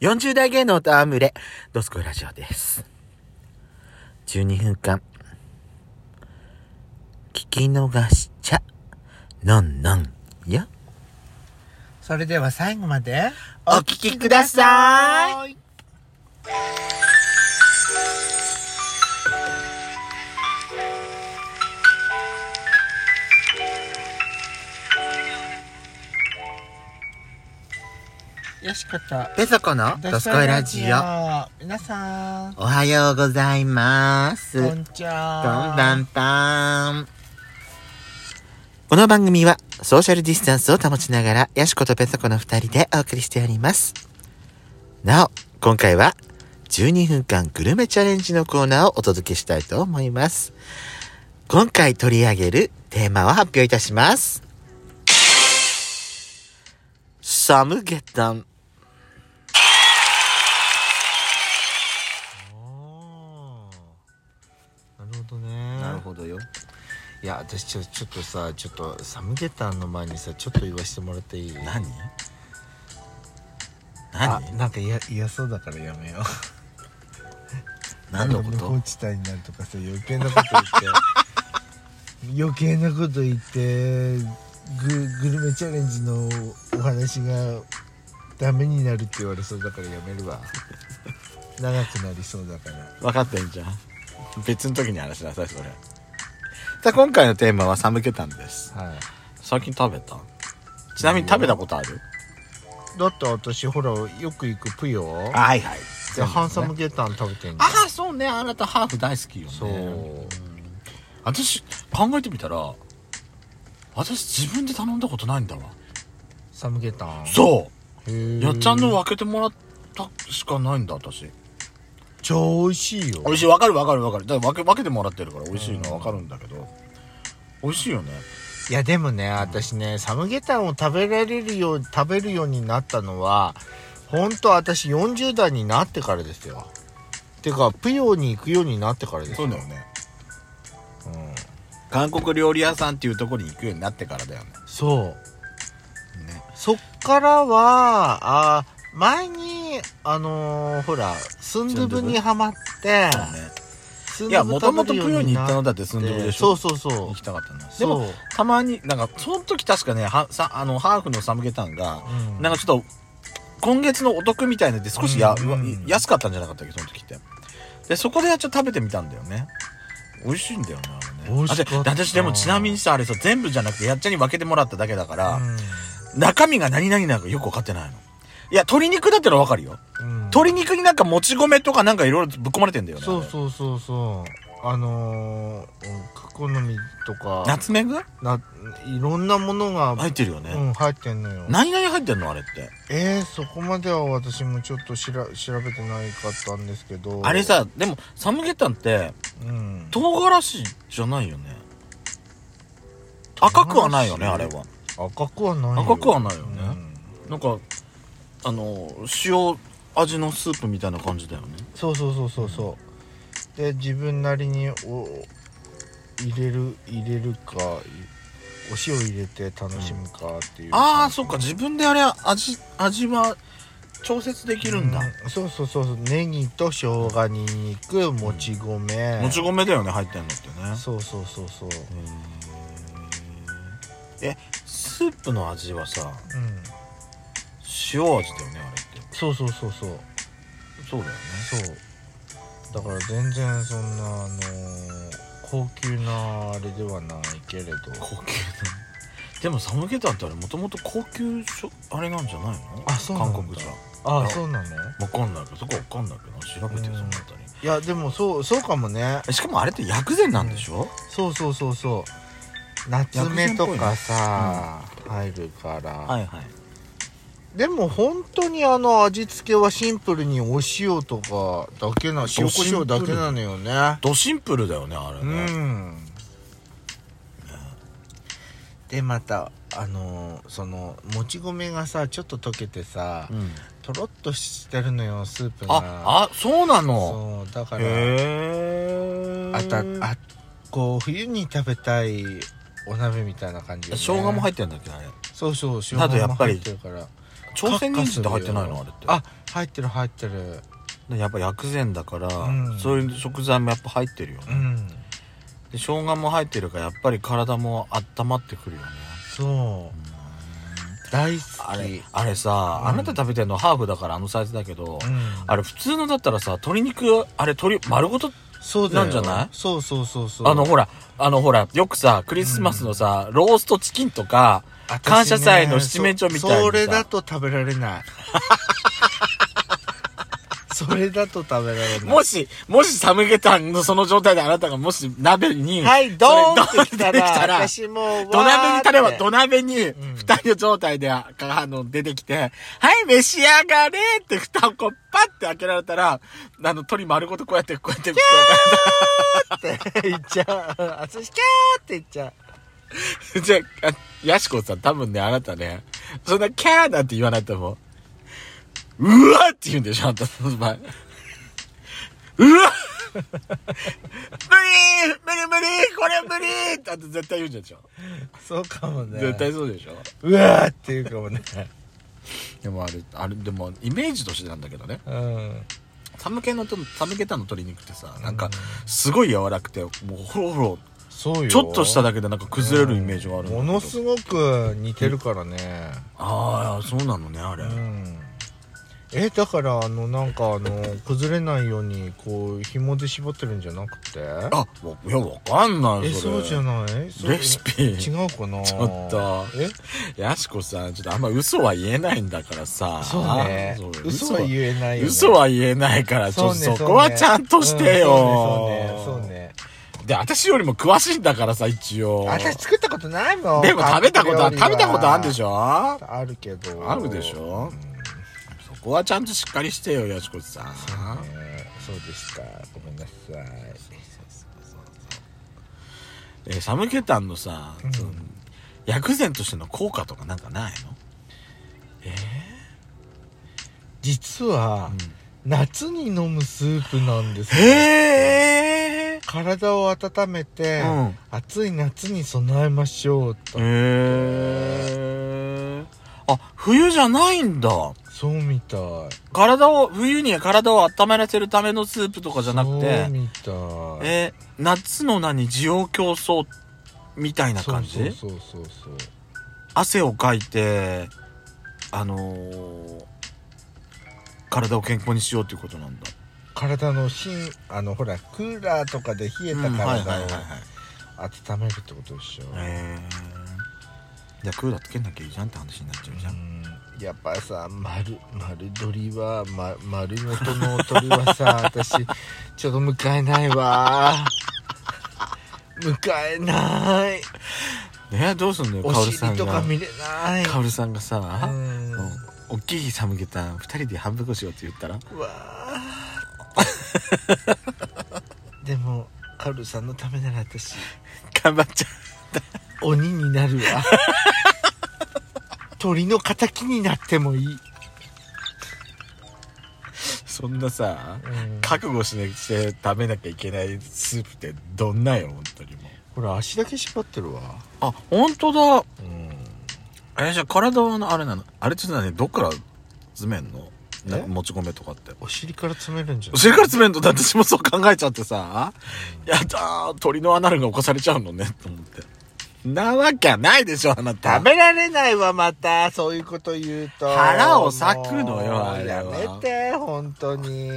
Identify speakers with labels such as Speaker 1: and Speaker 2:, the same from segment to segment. Speaker 1: 40代芸能と戯れ、ドスコイラジオです。12分間、聞き逃しちゃ、のんのんよ。
Speaker 2: それでは最後まで
Speaker 1: お聞きくださ
Speaker 2: い。よしこと。
Speaker 1: ペソコのドスコイラジオ。
Speaker 2: オ。皆さん、
Speaker 1: おはようございます。
Speaker 2: こんにちは。
Speaker 1: ぱん。この番組はソーシャルディスタンスを保ちながら、ヤシコとペソコの二人でお送りしております。なお、今回は12分間グルメチャレンジのコーナーをお届けしたいと思います。今回取り上げるテーマを発表いたします。サムゲタン。
Speaker 2: なるほどね。
Speaker 1: なるほどよいや私ちょちょっとさちょっとサムゲタンの前にさちょっと言わせてもらっていい
Speaker 2: 何
Speaker 1: 何
Speaker 2: あなんか嫌嫌そうだからやめよう。
Speaker 1: 何のこ
Speaker 2: 無
Speaker 1: と
Speaker 2: 法地帯になるとかさ余計なこと言って 余計なこと言ってググルメチャレンジのお話がダメになるって言われそうだからやめる わ長くなりそうだから
Speaker 1: 分かってんじゃん別の時に話しなさいそれさあ今回のテーマはサムゲタンです
Speaker 2: はい
Speaker 1: 最近食べたちなみに食べたことある
Speaker 2: だって私ほらよく行くプヨ
Speaker 1: はいはい
Speaker 2: でハンサムゲタン食べてんの
Speaker 1: ああそうねあなたハーフ大好きよね
Speaker 2: そう、
Speaker 1: 私考えてみたら私自分で頼んだことないんだわ
Speaker 2: サムゲタン
Speaker 1: そう
Speaker 2: へー
Speaker 1: やっちゃんのを開けてもらったしかないんだ私
Speaker 2: 超美味しいよ
Speaker 1: 美味しいわかるわかるわかるだから分け分けてもらってるから美味しいのはわかるんだけど美味しいよね
Speaker 2: いやでもね私ねサムゲタンを食べられるよう食べるようになったのは本当私40代になってからですよてかプヨに行くようになってからですよ、
Speaker 1: だよね
Speaker 2: うん、
Speaker 1: 韓国料理屋さんっていうところに行くようになってからだよね
Speaker 2: そう
Speaker 1: ね
Speaker 2: そっからはあ前にあのーほらスンドゥブにはまって
Speaker 1: いやもともとプヨに行ったの
Speaker 2: だ
Speaker 1: だってスンドゥブでし
Speaker 2: そ
Speaker 1: ょ
Speaker 2: うそうそう
Speaker 1: 行きたかったので
Speaker 2: そう
Speaker 1: もたまになんかその時確かねはさあのハーフのサムゲタンが
Speaker 2: うん
Speaker 1: なんかちょっと今月のお得みたいなので少しや、
Speaker 2: うんうん
Speaker 1: 安かったんじゃなかったっけその時ってでそこでちょっと食べてみたんだよね美味しいんだよねあれね
Speaker 2: 美味しかった
Speaker 1: あで私でもちなみにさあれさ全部じゃなくてやっちゃんに分けてもらっただけだから、
Speaker 2: う
Speaker 1: 中身が何々なのかよく分かってないのいや鶏肉だってのは分かるよ
Speaker 2: んうん
Speaker 1: 鶏肉になんかもち米とかなんかいろいろぶっ込まれてんだよね
Speaker 2: そう
Speaker 1: う
Speaker 2: そうそうそうあのーうんクコの実とか
Speaker 1: ナツメグ
Speaker 2: ないろんなものが、
Speaker 1: 入ってるよね、
Speaker 2: うん、入ってんのよ
Speaker 1: 何々入ってんのあれって
Speaker 2: えー、そこまでは私もちょっとしら調べてないかったんですけど
Speaker 1: あれ、さでもサムゲタンって
Speaker 2: うん、
Speaker 1: 唐辛子じゃないよね赤くはないよね
Speaker 2: 唐辛子
Speaker 1: あれは
Speaker 2: 赤くはないよ
Speaker 1: 赤くはないよ
Speaker 2: う
Speaker 1: ね、
Speaker 2: ん
Speaker 1: なんかあの塩味のスープみたいな感じだよね
Speaker 2: そうそうそうそうそうで自分なりにお入れる入れるかいお塩入れて楽しむかっていう、
Speaker 1: ああそっか自分であれ味味は調節できるんだ、
Speaker 2: うそうそうそうそうネギと生姜にんにくもち米、
Speaker 1: もち米だよね入ってんのってね
Speaker 2: そうそうそうそう
Speaker 1: へーえスープの味はさ
Speaker 2: うん
Speaker 1: 塩味だよねあれって
Speaker 2: そうそうそうそう
Speaker 1: そうだよね
Speaker 2: そうだから全然そんなあのー高級なあれではないけれど
Speaker 1: 高級だでもサムゲタンってあれもともと高級しょあれなんじゃないの
Speaker 2: あそうなんだ
Speaker 1: 韓国じゃ
Speaker 2: あ
Speaker 1: あ
Speaker 2: あそうなの
Speaker 1: わかんないけどそこわかんないけど調べてよ
Speaker 2: うん
Speaker 1: そのあたり
Speaker 2: いやでもそうそうかもね
Speaker 1: えしかもあれって薬膳なんでしょ、
Speaker 2: そうそうそうそう夏目とかさ、入るから、
Speaker 1: はいはい
Speaker 2: でも本当にあの味付けはシンプルにお塩とかだけな塩コショウだけなのよね
Speaker 1: ドシンプルだよねあれ
Speaker 2: う
Speaker 1: ね、
Speaker 2: んでまたあのーそのもち米がさちょっと溶けてさ、
Speaker 1: うん
Speaker 2: とろっとしてるのよスープが
Speaker 1: ああそうなの
Speaker 2: そうだから
Speaker 1: へえ
Speaker 2: あたあこう冬に食べたいお鍋みたいな感じ、ね、
Speaker 1: 生姜も入
Speaker 2: っ
Speaker 1: ってんだっけあれ
Speaker 2: そうそう生
Speaker 1: だとや
Speaker 2: 姜も
Speaker 1: っぱり
Speaker 2: 入ってるから
Speaker 1: 朝鮮人参って入ってないのあれって
Speaker 2: あ入ってる入ってる
Speaker 1: でやっぱ薬膳だから、
Speaker 2: うん
Speaker 1: そういう食材もやっぱ入ってるよね、
Speaker 2: うん
Speaker 1: で生姜も入ってるからやっぱり体も温まってくるよね
Speaker 2: そう大好
Speaker 1: あ
Speaker 2: き
Speaker 1: れあれさ、
Speaker 2: うん
Speaker 1: あなた食べてんのハーフだからあのサイズだけど、
Speaker 2: うん
Speaker 1: あれ普通のだったらさ鶏肉あれ鶏丸ごと
Speaker 2: そうだよ
Speaker 1: なんじゃない
Speaker 2: そうそうそうそう
Speaker 1: あのほらあのほらよくさクリスマスのさ、ローストチキンとか
Speaker 2: 私ね
Speaker 1: 感謝祭の七面鳥みたいにさ
Speaker 2: そそれだと食べられ ないそれだと食べられない
Speaker 1: もしもしサムゲタンのその状態であなたがもし鍋に
Speaker 2: はいドーンってきたら
Speaker 1: それドーンってきたら
Speaker 2: 私もう
Speaker 1: 土鍋
Speaker 2: わ
Speaker 1: に
Speaker 2: ーって
Speaker 1: たれば土鍋に
Speaker 2: ん
Speaker 1: 二人の状態で、ああの、出てきて、はい、召し上がれって蓋をこう、パッて開けられたら、あの、鳥丸ごとこうやって、こうやって、こ
Speaker 2: って言っちゃう私キャーって言っちゃう
Speaker 1: うやって じゃあ、あヤシコさん多分ね、あなたね、そんなキャーなんて言わないと思う。うわって言うんでしょ、あんたその場合。うわ無理無理無理これ無理ってあんた絶対言うんでしょ。
Speaker 2: そうかもね
Speaker 1: 絶対そうでしょ。
Speaker 2: うわーっていうかもね
Speaker 1: でもあれ、あれ、でも、イメージとしてなんだけどね。
Speaker 2: うん
Speaker 1: サムケのとサムケタンの鶏肉ってさなん
Speaker 2: う
Speaker 1: か
Speaker 2: ん
Speaker 1: すごい柔らかくてもうほろほろ
Speaker 2: そうよ
Speaker 1: ちょっとしただけでなんか崩れるイメージがあるんだけど、
Speaker 2: ものすごく似てるからね
Speaker 1: ああそうなのねあれ、
Speaker 2: うんえだからあのなんかあの崩れないようにこう紐で絞ってるんじゃなくて
Speaker 1: あわいやわかんない
Speaker 2: えそうじゃ
Speaker 1: ん
Speaker 2: ないそう
Speaker 1: レシピ
Speaker 2: 違うかな
Speaker 1: ちょっと
Speaker 2: え
Speaker 1: やしこさんちょっとあんま嘘は言えないんだからさ
Speaker 2: そうね
Speaker 1: そう
Speaker 2: 嘘は言えないよ、ね、
Speaker 1: 嘘は言えないからちょ
Speaker 2: う
Speaker 1: っと
Speaker 2: ね
Speaker 1: そう
Speaker 2: ね
Speaker 1: こはちゃんとしてよ、
Speaker 2: うんそうねそうねそうね
Speaker 1: で私よりも詳しいんだからさ一応
Speaker 2: 私作ったことないもん
Speaker 1: でも食べたことは
Speaker 2: 韓国料理
Speaker 1: 食べたことあるんで
Speaker 2: ょ
Speaker 1: しょ
Speaker 2: あるけど
Speaker 1: あるでしょ
Speaker 2: うん
Speaker 1: そこはちゃんとしっかりしてよやしこさん
Speaker 2: ねそうでしたごめんなさ
Speaker 1: えーサムケタンのさ、
Speaker 2: うん
Speaker 1: その薬膳としての効果とかなんかないの
Speaker 2: 実は、夏に飲むスープなんですよ
Speaker 1: へえ
Speaker 2: 体を温めて、
Speaker 1: うん
Speaker 2: 暑い夏に備えましょうと、
Speaker 1: へえあ冬じゃないんだ
Speaker 2: そうみたい
Speaker 1: 体を冬に体を温めらせるためのスープとかじゃなく
Speaker 2: そう
Speaker 1: て
Speaker 2: みたい
Speaker 1: えー夏の何需要競争みたいな感じ
Speaker 2: そうそうそうそう
Speaker 1: 汗をかいてあのー体を健康にしようっていうことなんだ
Speaker 2: 体の芯あのほらクーラーとかで冷えた
Speaker 1: うんはいはい
Speaker 2: 体
Speaker 1: は
Speaker 2: を
Speaker 1: いはい
Speaker 2: 温めるってことでしょ、
Speaker 1: えー、じゃあクーラーつけなきゃいいじゃんって話になっちゃうじゃん、
Speaker 2: うんやっぱさ丸丸鳥は、ま、丸元の鳥は さ私ちょっと迎えないわ迎えない
Speaker 1: ねどうすんのよ
Speaker 2: お
Speaker 1: カオルさ
Speaker 2: 尻
Speaker 1: ん
Speaker 2: とか
Speaker 1: が
Speaker 2: 見れない
Speaker 1: カオルさんがさ、
Speaker 2: う
Speaker 1: も
Speaker 2: ん
Speaker 1: う大きいサムゲタン2人で半分こしようって言ったら
Speaker 2: うわー でもカオルさんのためなら私
Speaker 1: 頑張っちゃ
Speaker 2: 鬼にな るわ鳥の敵になってもいい、
Speaker 1: うそんなさ覚悟しなくて食べなきゃいけないスープってどんなよ本当にもう
Speaker 2: ほら足だけ縛ってるわ
Speaker 1: あ本当だ
Speaker 2: うん
Speaker 1: えじゃあ体はあれなのあれってねどっから詰めんのなんか
Speaker 2: え
Speaker 1: もち米とかって
Speaker 2: お尻から詰めるんじゃ
Speaker 1: お
Speaker 2: ない
Speaker 1: 尻から詰めんのだって私もそう考えちゃってさ、やだー、鳥のアナルが起こされちゃうのね、と思って。なわけはないでしょ、あなた。
Speaker 2: 食べられないわまたそういうこと言うと
Speaker 1: 腹を裂くのよ
Speaker 2: もう
Speaker 1: あれは
Speaker 2: やめて本当に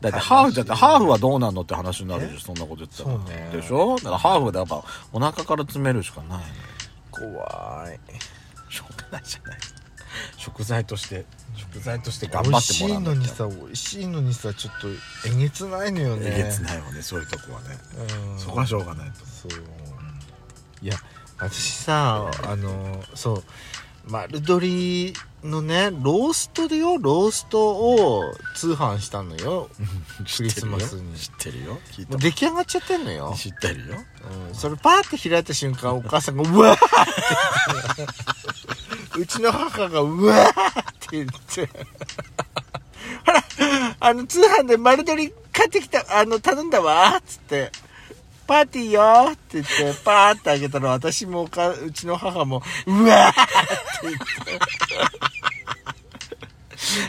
Speaker 1: だってハーフじゃって、ハーフはどうなんのって話になるでしょ、そんなこと言ったら。
Speaker 2: そうね
Speaker 1: でしょだからハーフはやっぱお腹から詰めるしかないのよ。
Speaker 2: 怖い
Speaker 1: しょうがないじゃない。食材として、食材として頑
Speaker 2: 美
Speaker 1: 張
Speaker 2: 味
Speaker 1: って
Speaker 2: し
Speaker 1: もら
Speaker 2: いうのにさ美味しいのにさちょっとえげつないのよね
Speaker 1: えげつないわね、そういうとこはね。
Speaker 2: うん
Speaker 1: そこはしょうがないと。
Speaker 2: そういや私さあのそう丸鶏のねローストでよローストを通販したのよクリスマスに
Speaker 1: 知ってるよ。知って
Speaker 2: もう
Speaker 1: る
Speaker 2: 出
Speaker 1: よ。聞い
Speaker 2: 来上がっちゃってんのよ
Speaker 1: た。知ってるよ。
Speaker 2: うんそれパーって開いた瞬間お母さんが「うわー!」って うちの母が「うわー!」って言って「ほら あの通販で丸鶏買ってきたあの頼んだわ」っつって「パーティーよー」って言ってパーってあげたら私もおか うちの母も「うわー!」って言って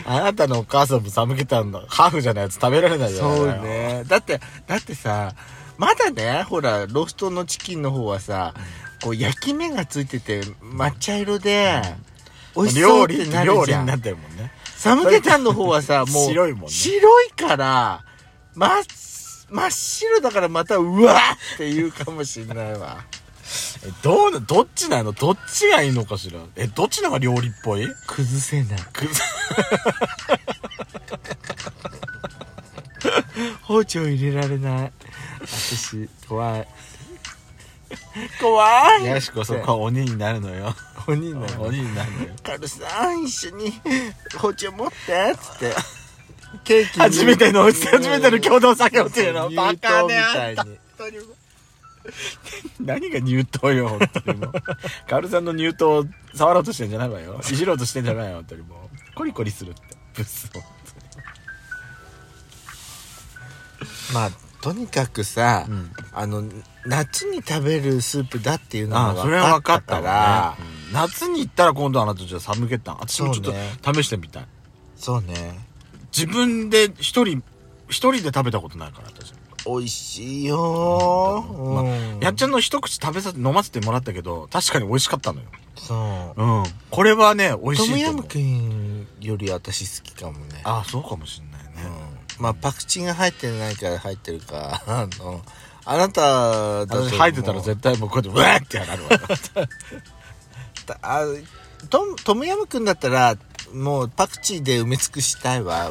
Speaker 1: あなたのお母さんも寒気たんだ。ハーフじゃないやつ食べられないよ。
Speaker 2: そう。ねだってだってさまだねほらローストのチキンの方はさこう焼き目がついてて抹茶色で美味しそ
Speaker 1: 料
Speaker 2: うっ
Speaker 1: 理
Speaker 2: て
Speaker 1: っ
Speaker 2: なる
Speaker 1: て料
Speaker 2: じ
Speaker 1: 理
Speaker 2: ゃ
Speaker 1: になっ
Speaker 2: ん
Speaker 1: てるもんね。
Speaker 2: サムゲタンの方はさもう
Speaker 1: 白いもんね
Speaker 2: 白いから真っ真っ白だからまたうわーって言うかもしれないわ
Speaker 1: え、どうな、どっちなのどっちがいいのかしらえ、どっちのが料理っぽい
Speaker 2: 崩せない
Speaker 1: く
Speaker 2: 包丁入れられない私怖い
Speaker 1: 怖
Speaker 2: い
Speaker 1: よしこそこは鬼になるのよ。
Speaker 2: 鬼なの
Speaker 1: 鬼になるのよ。
Speaker 2: カルさん一緒に包丁持ってっつってケーキ
Speaker 1: 初めての、初めての共同作業っていうの。
Speaker 2: 入
Speaker 1: バ
Speaker 2: 刀
Speaker 1: カ
Speaker 2: み
Speaker 1: ね。
Speaker 2: たいに
Speaker 1: あんた何が入刀よ、本当 にもう。カルさんの入刀を触ろうとしてんじゃないわよ。いじろうとしてんじゃないよ、本当にもう。コリコリするって。ブスを。
Speaker 2: まあとにかくさ、
Speaker 1: うん
Speaker 2: あの夏に食べるスープだっていうの
Speaker 1: あ
Speaker 2: が
Speaker 1: あそれは
Speaker 2: 分
Speaker 1: 分か
Speaker 2: かっ
Speaker 1: ったた
Speaker 2: から
Speaker 1: わ、ねうん夏に行ったら今度あなたじゃあ寒気ったん私もちょっ
Speaker 2: そ
Speaker 1: と
Speaker 2: うね
Speaker 1: 試してみたい、
Speaker 2: そうね
Speaker 1: 自分で一人一人で食べたことないから私、
Speaker 2: 美味しいよー、
Speaker 1: まあやっちゃんの一口食べさせ飲ませてもらったけど確かに美味しかったのよ
Speaker 2: そう
Speaker 1: うんこれはね美味
Speaker 2: ト
Speaker 1: しいと
Speaker 2: ムヤ
Speaker 1: 思
Speaker 2: ム
Speaker 1: う
Speaker 2: クインより私好きかもね
Speaker 1: ああそうかもしんないね、
Speaker 2: うんまあパクチーが入ってないから入ってるか あのあなただともう
Speaker 1: 私入ってたら絶対もうこうやってうわーってやがるわ
Speaker 2: あトムトムヤムくんだったらもうパクチーで埋め尽くしたいわ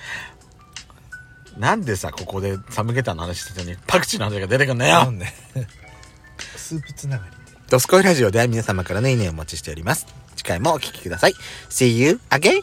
Speaker 1: なんでさここで寒気たんの話してたのにパクチーの話が出てくんな
Speaker 2: な
Speaker 1: よ
Speaker 2: んでスープつながり
Speaker 1: ドスコイラジオでは皆様からのいいねをお待ちしております次回もお聞きください See you again!